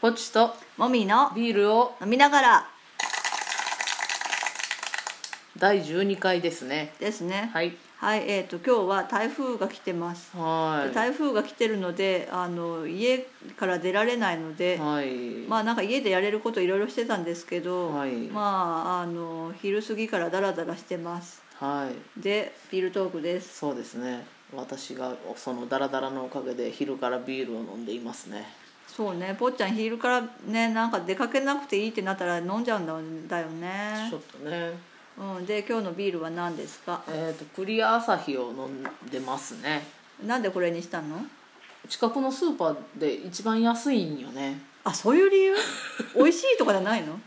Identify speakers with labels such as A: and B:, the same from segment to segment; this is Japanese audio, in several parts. A: ポチと
B: もみの
A: ビールを
B: 飲みながら
A: 第12回ですね
B: ですね
A: はい
B: はい、えー、と今日は台風が来てます、
A: は
B: 台風が来てるのであの家から出られないの
A: い
B: で、
A: はい
B: まあなんか家でやれることいろいろしてたんですけど、
A: はい
B: まああの昼過ぎからダラダラしてます
A: はい
B: でビールトークです
A: そうですね私がそのダラダラのおかげで昼からビールを飲んでいますね
B: そうねぽっちゃん昼からねなんか出かけなくていいってなったら飲んじゃうんだよね
A: ちょっとね
B: うん、で今日のビールは何ですか
A: えっ、とクリア朝日を飲んでますね
B: なんでこれにしたの
A: 近くのスーパーで一番安いんよね
B: あそうい う理由美味しいとかじゃないの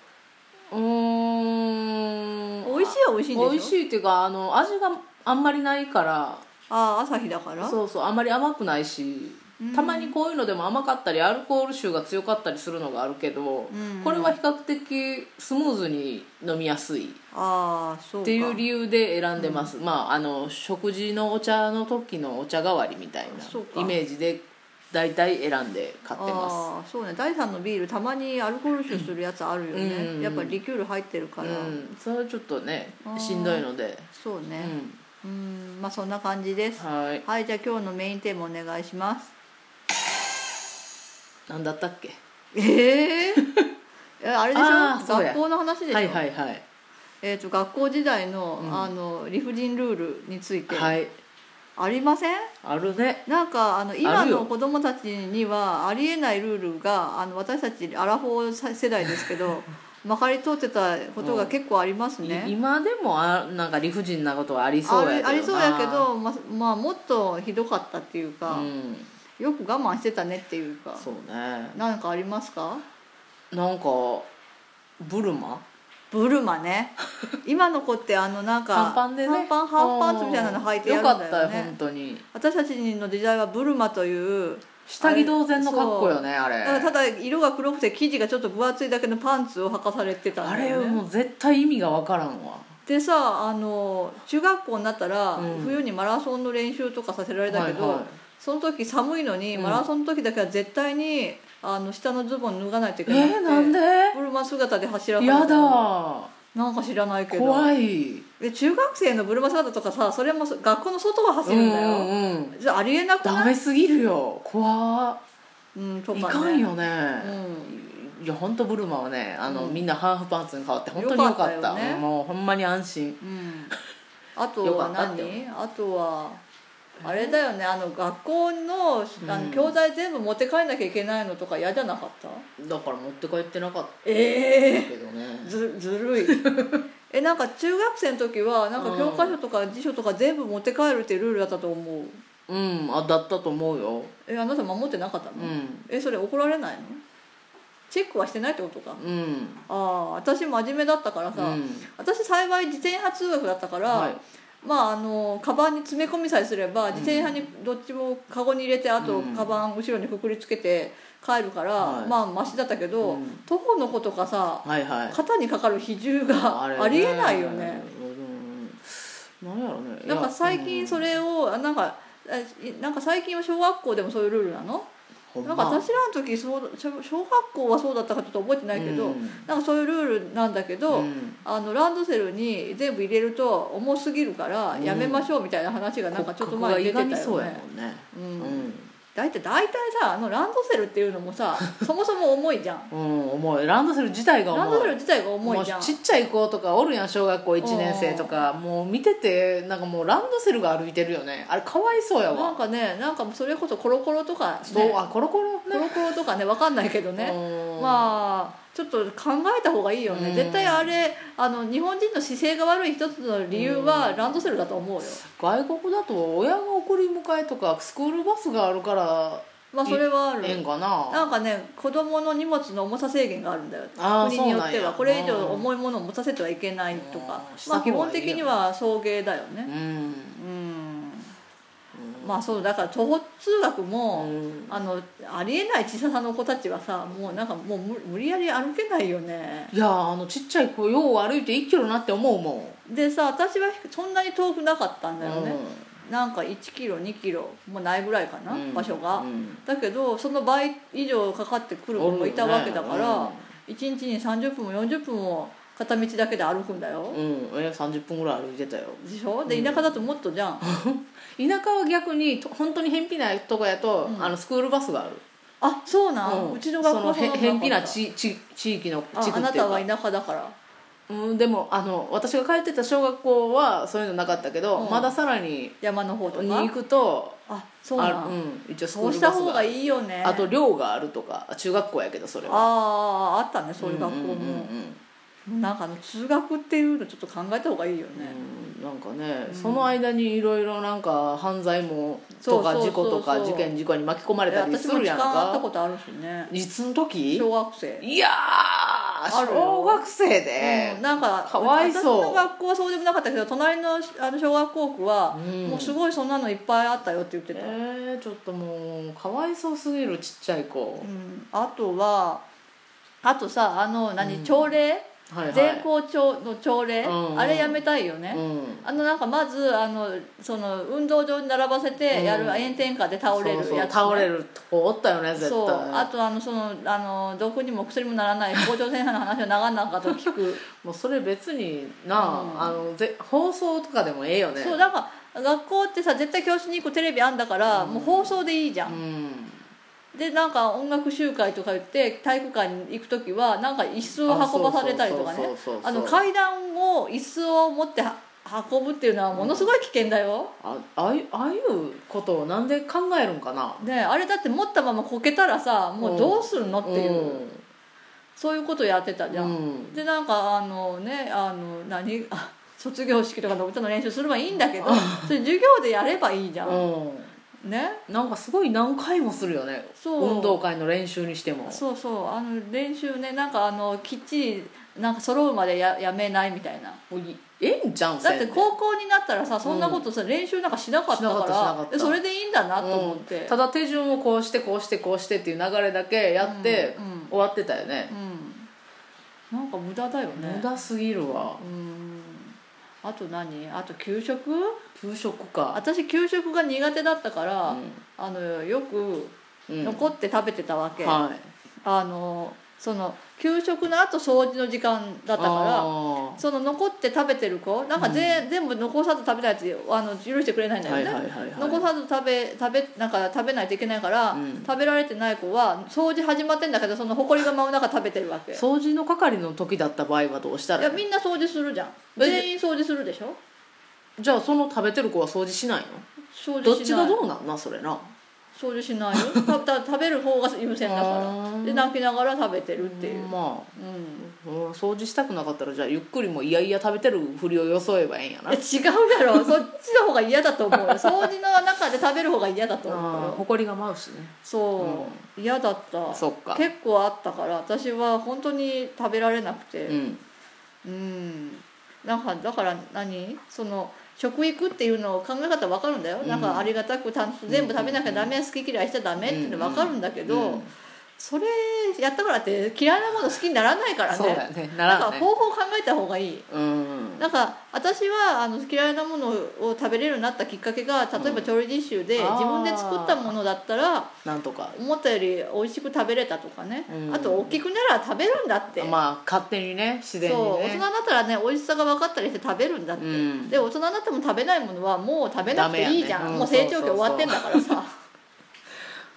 A: うーん
B: 美味しいは美味しいんでしょ
A: 美味しいっていうかあの味があんまりないから
B: ああ朝日だから
A: そうそうあんまり甘くないしたまにこういうのでも甘かったりアルコール臭が強かったりするのがあるけど、
B: ん
A: これは比較的スムーズに飲みやすい
B: ああそうか
A: っていう理由で選んでます、まああの食事のお茶の時のお茶代わりみたい
B: そう
A: な
B: か
A: イメージで大体選んで買ってます
B: ああそうね第3のビールたまにアルコール臭するやつあるよね、
A: うん
B: やっぱリキュール入ってるから、
A: うんそれはちょっとね
B: あー
A: しんどいので、
B: そう
A: う
B: ね
A: ん、
B: うんまあそんな感じですはい、
A: はい
B: じゃあ今日のメインテーマお願いします
A: 何だったっけ
B: ええ えあれでしょ
A: あーそうや
B: 学校の話でしょ、
A: はいはいはい
B: えー、と学校時代の,、
A: うん
B: あの理不尽ルールについて、
A: はい
B: ありません
A: あるね
B: なんかあの今
A: あるよ
B: の子供たちにはありえないルールがあの私たちアラフォー世代ですけ どまかり通ってたことが結構あります
A: い
B: ね、
A: 今でもあなんか理不尽なことはありそ
B: あ
A: うやけ
B: る
A: どな
B: ありそうやけどままあもっとひどかったっていうか、
A: うん
B: よく我慢してたねっていうか
A: そうね
B: なんかありますか
A: なんかブルマ
B: ブル マね今の子ってあのなんか
A: 短パンでね
B: 短パンハーフパンツみたいなの履いてやるん
A: よ
B: だ
A: か
B: よ
A: ったよ
B: ね
A: 本当に
B: 私たちの時代はブルマという
A: 下着同然の格好よねあれ
B: だからただ色が黒くて生地がちょっと分厚いだけのパンツを履かされてたん
A: あ
B: だ
A: れ
B: よね
A: もう絶対意味がわからんわ
B: でさあの中学校になったら、
A: うん
B: 冬にマラソンの練習とかさせられたけど、
A: はいはい
B: その時寒いのに、
A: うん
B: マラソンの時だけは絶対にあの下のズボン脱がないとい
A: え
B: けない
A: ー、なんで
B: ブルマ姿で走らされた
A: や
B: の
A: だ
B: なんか知らないけど
A: 怖い
B: で中学生のブルマ姿とかさそれもそ学校の外は走るんだよ、
A: うんうんうん
B: じゃあありえなく
A: ダ
B: ない
A: メすぎるよ怖
B: うんと
A: い
B: か、ね、
A: かんよね、
B: うん
A: いや本当ブルマはねあの、
B: うん
A: みんなハーフパンツに変わって本当によかった
B: よかったよね
A: もうほんまに安心
B: うん、あと
A: よか
B: は
A: ったって
B: 何あとはあれだよねあの学校のあの教材全部持って帰んなきゃいけないのとか嫌じゃなかった、
A: だから持って帰ってなかった
B: ええ
A: けどね
B: ず ずるいえなんか中学生の時はなんか教科書とか辞書とか全部持って帰るっていうルールだったと思う
A: うんあだったと思うよ
B: えあなた守ってなかったの、
A: うん
B: えそれ怒られないのチェックはしてないってことか、
A: うん
B: ああ私真面目だったからさ、
A: うん
B: 私幸い自転車通学だったから、
A: はい
B: まああのカバンに詰め込みさえすれば自転車にどっちもカゴに入れてあと
A: うん
B: カバン後ろにくくりつけて帰るから、
A: はい
B: まあマシだったけど、
A: うん
B: 徒歩の子とかさ
A: はいはい
B: 肩にかかる比重が
A: れ
B: ありえないよね。
A: うんなんやろねいや
B: なんか最近それをあなんかえなんか最近は小学校でもそういうルールなの
A: うん
B: なんか私らの時そう小小学校はそうだったかちょっと覚えてないけど、
A: うん
B: なんかそういうルールなんだけど、
A: うん
B: あのランドセルに全部入れると重すぎるからやめましょうみたいな話がなんかちょっと前に出てたよ
A: 骨格が歪みそうや
B: ね
A: もんね
B: う
A: うんん
B: だいたい大体さあのランドセルっていうの もさそもそも重いじゃん
A: うん重いランドセル自体が重い
B: ランドセル自体が重いじゃ
A: も
B: ん
A: うちっちゃい子とかおるやん小学校1年生とかもう見ててなんかもうランドセルが歩いてるよねあれかわいそうや
B: なん
A: わ
B: かねなんかそれこそコロコロとか、ね、
A: そうあコロコロ
B: コロコロとかねわかんないけどね
A: うん
B: まあちょっと考えた方がいいよ
A: う
B: ね
A: ん
B: 絶対あれあの日本人の姿勢が悪い一つの理由はランドセルだと思うよ
A: 外国だと親が送り迎えとかスクールバスがあるから
B: まあそれはある
A: ええんかな
B: なんかね子供の荷物の重さ制限があるんだよ
A: あー
B: 国によ
A: そ
B: っ
A: うな
B: て
A: ん
B: は
A: や
B: これ以上重いものを持たせてはいけないと
A: う
B: か
A: ん
B: まあ
A: した方がいいよ
B: 基本的には送迎だよね
A: うん
B: うんまあそうだから徒歩通学も、
A: うん
B: あのありえない小ささの子たちはさもうなんかもう無無理やり歩けないよね
A: いやーあのちっちゃい子よう歩いて1キロなって思うもん
B: でさ私はそんなに遠くなかったんだよね、
A: う
B: なんか1キロ2キロもないぐらいかな、
A: うん
B: 場所が、
A: うん
B: だけどその倍以上かかってくる子もいたわけだから、一1日に30分も40分も片道だけで歩くんだよ
A: うん、うんえ30分ぐらい歩いてたよ
B: でしょで田舎だともっとじゃん、
A: 田舎は逆にと本当に偏僻なとこやと、
B: うん
A: あのスクールバスがある
B: あそうなん、うちの学校は
A: そのへ
B: そん
A: 偏
B: ん
A: 僻
B: か
A: な
B: った
A: 地地地域の地
B: あ
A: 区
B: あ
A: っ
B: な
A: ていうか
B: たは田舎だから
A: うん、でもあの私が通ってた小学校はそういうのなかったけど、
B: うん
A: まださらに
B: 山の方と
A: に
B: か
A: 行くと
B: あそうなん
A: あうん、一応スク
B: そ
A: ー
B: う
A: ル
B: した
A: バス
B: 方
A: が
B: がいいよね
A: あと寮があるとか中学校やけどそれは
B: あーあったねそういう学校も、
A: んうん
B: なんかあの通学っていうのちょっと考えた方がいいよ
A: うん
B: ね、
A: うんなんかね、その間にいろいろなんか犯罪も
B: そう
A: とか
B: そう
A: 事故とか
B: そうそ
A: 事
B: う
A: 件事故に巻き込まれ
B: え
A: たり
B: 私
A: す
B: も
A: る
B: 痴
A: やん
B: 漢あった
A: か
B: ことあるしね
A: いつの時
B: 小学生、
A: いやー
B: あるよ
A: 小学生で
B: うん、なんか
A: かわいそう
B: 私の学校はそうでもなかったけど隣のあの小学校区は、
A: うん
B: もうすごいそんなのいっぱいあったよって言ってた、
A: えー、ちょっともうかわいそうすぎるちっちゃい子
B: う、ん、あとはあとさあの何、朝礼
A: はいはい
B: 全校朝の朝礼、
A: うんうん
B: あれやめたいよね、
A: うん
B: あのなんかまずあのその運動場に並ばせてやる
A: うん
B: 炎天下で倒れるやつ、ね
A: そうそう倒れるとこおったよね絶対
B: そうあとあのそのあの毒にも薬にもならない校長先生の話を長々と聞く、
A: もうそれ別にな、
B: うん
A: あのぜ放送とかでもええよね
B: そうなんか学校ってさ絶対教室に1個テレビあんだから、もう放送でいいじゃ、
A: うんん
B: でなんか音楽集会とか言って体育館に行く時はなんか椅子を運ばされたりとかね
A: あそうそうそうそう
B: あの階段を椅子を持っては運ぶっていうのはものすごい危険だよ、
A: あああいうああいうことをなんで考えるんかな
B: ねあれだって持ったままこけたらさもうどうするのっていう、そういうことやってたじゃん、
A: うん
B: でなんかあのねあの何 あ卒業式とかの歌の練習すればいいんだけどそれ授業でやればいいじゃん、
A: うん
B: ね
A: なんかすごい何回もするよね
B: そう
A: 運動会の練習にしても
B: そうそうあの練習ねなんかあのきっちりなんか揃うまでややめないみたいな
A: もういええんじゃん
B: だって
A: こ
B: 高校になったらさそんなことさ、練習なんかしなかったか
A: しなかったしなからった
B: でそれでいいんだなと思って、
A: ただ手順をこうしてこうしてこうしてっていう流れだけやって、
B: うんうん
A: 終わってたよね、
B: うん、なんか無駄だよね
A: 無駄すぎるわ
B: うんあと何あと給食
A: 給食か、
B: 私給食が苦手だったから、
A: うん
B: あのよく
A: うん
B: 残って食べてたわけ、
A: はい
B: あのその給食のあと掃除の時間
A: だ
B: だったからその残って食べてる子なんかぜ、全部残さず食べないやつあの許してくれないんだよね、
A: はいはいはいはい
B: 残さず食べ食べなんか食べないといけないから、
A: うん
B: 食べられてない子は掃除始まってんだけどその埃が真ん中食べてるわけい
A: 掃除の係の時だった場合はどうしたら
B: やみんな掃除するじゃん全員掃除するでしょ
A: じゃあその食べてる子は掃除しないの
B: 掃除しない
A: どっちがどうなんなそれな
B: 掃除しないよたた食べる方が優先だか
A: う
B: ら
A: ん
B: で泣きながら食べてるっていう、
A: ま
B: うん、
A: あうん掃除したくなかったらじゃあゆっくりもいやいや食べてるふりを装えばええんや
B: い
A: な
B: や違うだろうそっちの方が嫌だと思うよ掃除の中で食べる方が嫌だと思う
A: あ
B: よ
A: ほこりが舞うしね
B: そう嫌だった
A: そっか
B: 結構あったから私は本当に食べられなくて
A: うん
B: うん、なんかだから何その食育っていうのを考え方わかるんだよ、
A: うん
B: なんかありがたくた全部食べなきゃダメ、好き嫌いしちゃダメっていうのわかるんだけど、
A: うん
B: それやったからって嫌いなもの好きにならないからね
A: そうだよねな
B: なん
A: ら
B: か
A: んね
B: 方法を考えた方がいい
A: うん
B: なんか私はあの嫌いなものを食べれるようになったきっかけが例えば調理実習で
A: あー
B: 自分で作ったものだったら
A: なんとか
B: 思ったより美味しく食べれたとかね、
A: うん
B: あと大きくなら食べるんだって、
A: まあ勝手にね自然に
B: そう大人に
A: ね
B: なったらね美味しさが分かったりして食べるんだって、
A: うん
B: で大人になっても食べないものはもう食べなくていいじゃん、
A: ダメやねうん
B: もう成長期終わってんだからさ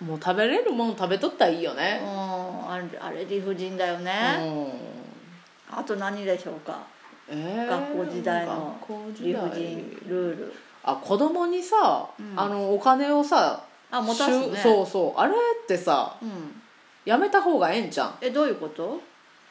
A: もう食べれるもん食べとったらいいよ
B: う
A: ね
B: んあれあれ理不尽だよ
A: う
B: ね、
A: ん
B: あと何でしょうか
A: えー
B: 学校時代の
A: 学校時
B: 理
A: 代
B: 不尽ルール
A: あ子供にさ、
B: うん
A: あのお金をさ
B: あ持たすね
A: しゅそうそうあれってさ
B: うん
A: やめた方がええんじゃん
B: えどういうこと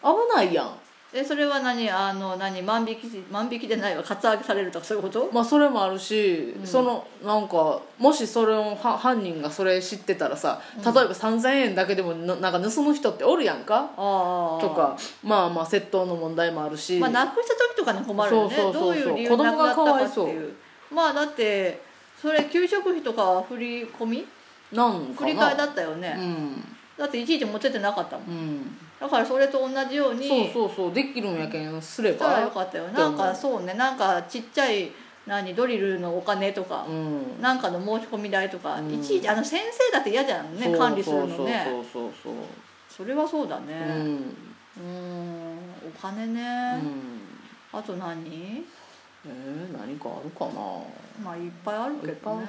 A: 危ないやん
B: えそれは何あの何万引きし万引きでないわカツアゲされるとかそういうこと
A: まあそれもあるし、
B: うん
A: そのなんかもしそれをは犯人がそれ知ってたらさ例えば3000円だけでもななんか盗む人っておるやんか
B: ああ
A: とかまあまあ窃盗の問題もあるし、
B: まあなくした時とかに困るよね
A: そうそうそうそう
B: どういう理由
A: 子
B: で
A: 供が
B: なくなったかって
A: かわい
B: いうまあだってそれ給食費とかは振り込み
A: なん
B: 振
A: か
B: り替えだ
A: な
B: ったよ
A: う
B: ね、
A: ん、
B: だっていちいち持ってってなかったもん
A: うん、
B: だからそれと同じように
A: そうそうそうできるんやけんすれ
B: したらよ
A: ば
B: かったよ
A: って
B: な
A: 思うん
B: かそうねなんかちっちゃい何ドリルのお金とか、
A: うん
B: なんかの申し込み代とか、
A: うん
B: いちいちあの先生だって嫌じゃんね
A: そう
B: 管理するのねそ
A: そうそうそうそう
B: れはそうだね
A: そううん
B: うーんお金ね、
A: うん
B: あと何
A: えー、何かあるかな
B: まあいっぱいあるけ
A: いっぱいあ
B: どね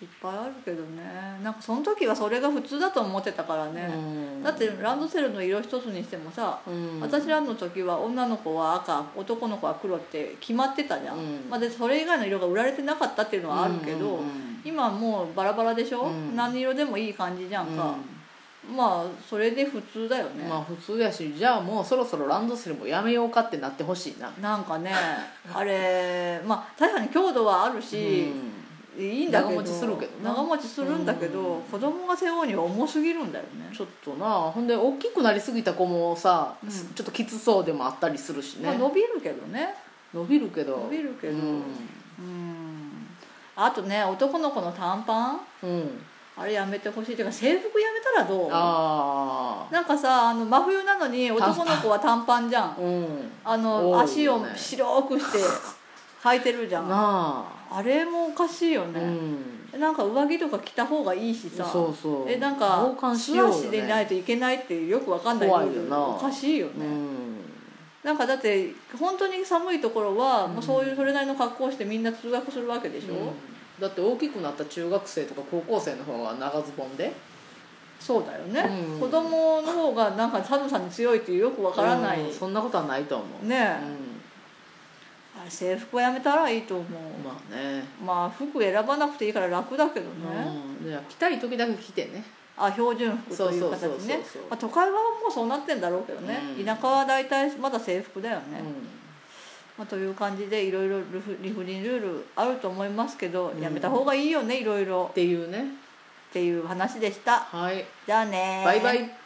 A: る
B: いっぱいあるけどねなんかその時はそれが普通だと思ってたから
A: な、
B: ね、
A: うん
B: だってランドセルの色一つにしてもさ、
A: うん、
B: 私らの時は女の子は赤男の子は黒って決まってたじゃん、
A: うん
B: まあ、でそれ以外の色が売られてなかったっていうのはあるけ
A: う
B: ど、
A: んうん
B: 今もうバラバラでしょ、
A: うん
B: 何色でもいい感じじゃん
A: うん
B: か、まあそれで普通だよね、
A: まあ普通やしじゃあもうそろそろランドセルもやめようかってなってほしいな
B: なんかねあれまあ確かに強度はあるし、いいんだけど
A: 長持ちするけどな
B: 長持ちするんだけど、
A: うん
B: 子供が背負うには重すぎるんだよ
A: うん
B: ね
A: ちょっとなほんで大きくなりすぎた子もさ、
B: うん
A: ちょっときつそうでもあったりするしね、
B: まあ、伸びるけどね
A: 伸びるけど
B: 伸びるけど
A: うん
B: うんあとね男の子の短パン
A: うん
B: あれやめてほしいっていうか制服やめたらどう
A: あ
B: なんかさあの真冬なのに男の子は短パンじゃ
A: あ
B: ん
A: うん
B: あの、
A: 多い
B: 足
A: よ
B: を
A: ね
B: 白くして履いてるじゃん
A: なあ
B: あれもおかしいよ
A: う
B: ね、
A: ん
B: なんか上着とか着た方がいいしさ
A: そうそう
B: えなんか
A: 防寒しようよね
B: 素足でないといけないっていうよくわかんない
A: 怖いよな
B: おかしいよね、
A: うん
B: なんかだって本当に寒いところはもうそういうそれなりの格好をしてみんな通学するわけでしょ、
A: だって大きくなった中学生とか高校生の方が長ズボンで
B: そうだよね、
A: うん
B: 子供の方がなんか寒さに強いっていうよくわからない、
A: うんそんなことはないと思う
B: ね
A: う
B: え、
A: ん
B: あれ制服はやめたらいいと思う、
A: まあね
B: まあ服選ばなくていいから楽だけどね、
A: うん、じゃあ着たい時だけ着てね
B: あ標準服という
A: そうそう
B: 形
A: そうそう
B: ねまあ都会はもうそうなってんだろうけどね、
A: うん
B: 田舎は大体まだ制服だよね、
A: う
B: まあ、という感じでいろいろルフ理不尽ルールあると思いますけど、
A: うん
B: やめた方がいいよねいろいろ
A: んっていうね
B: っていう話でした
A: はい
B: じゃあね
A: バイバイ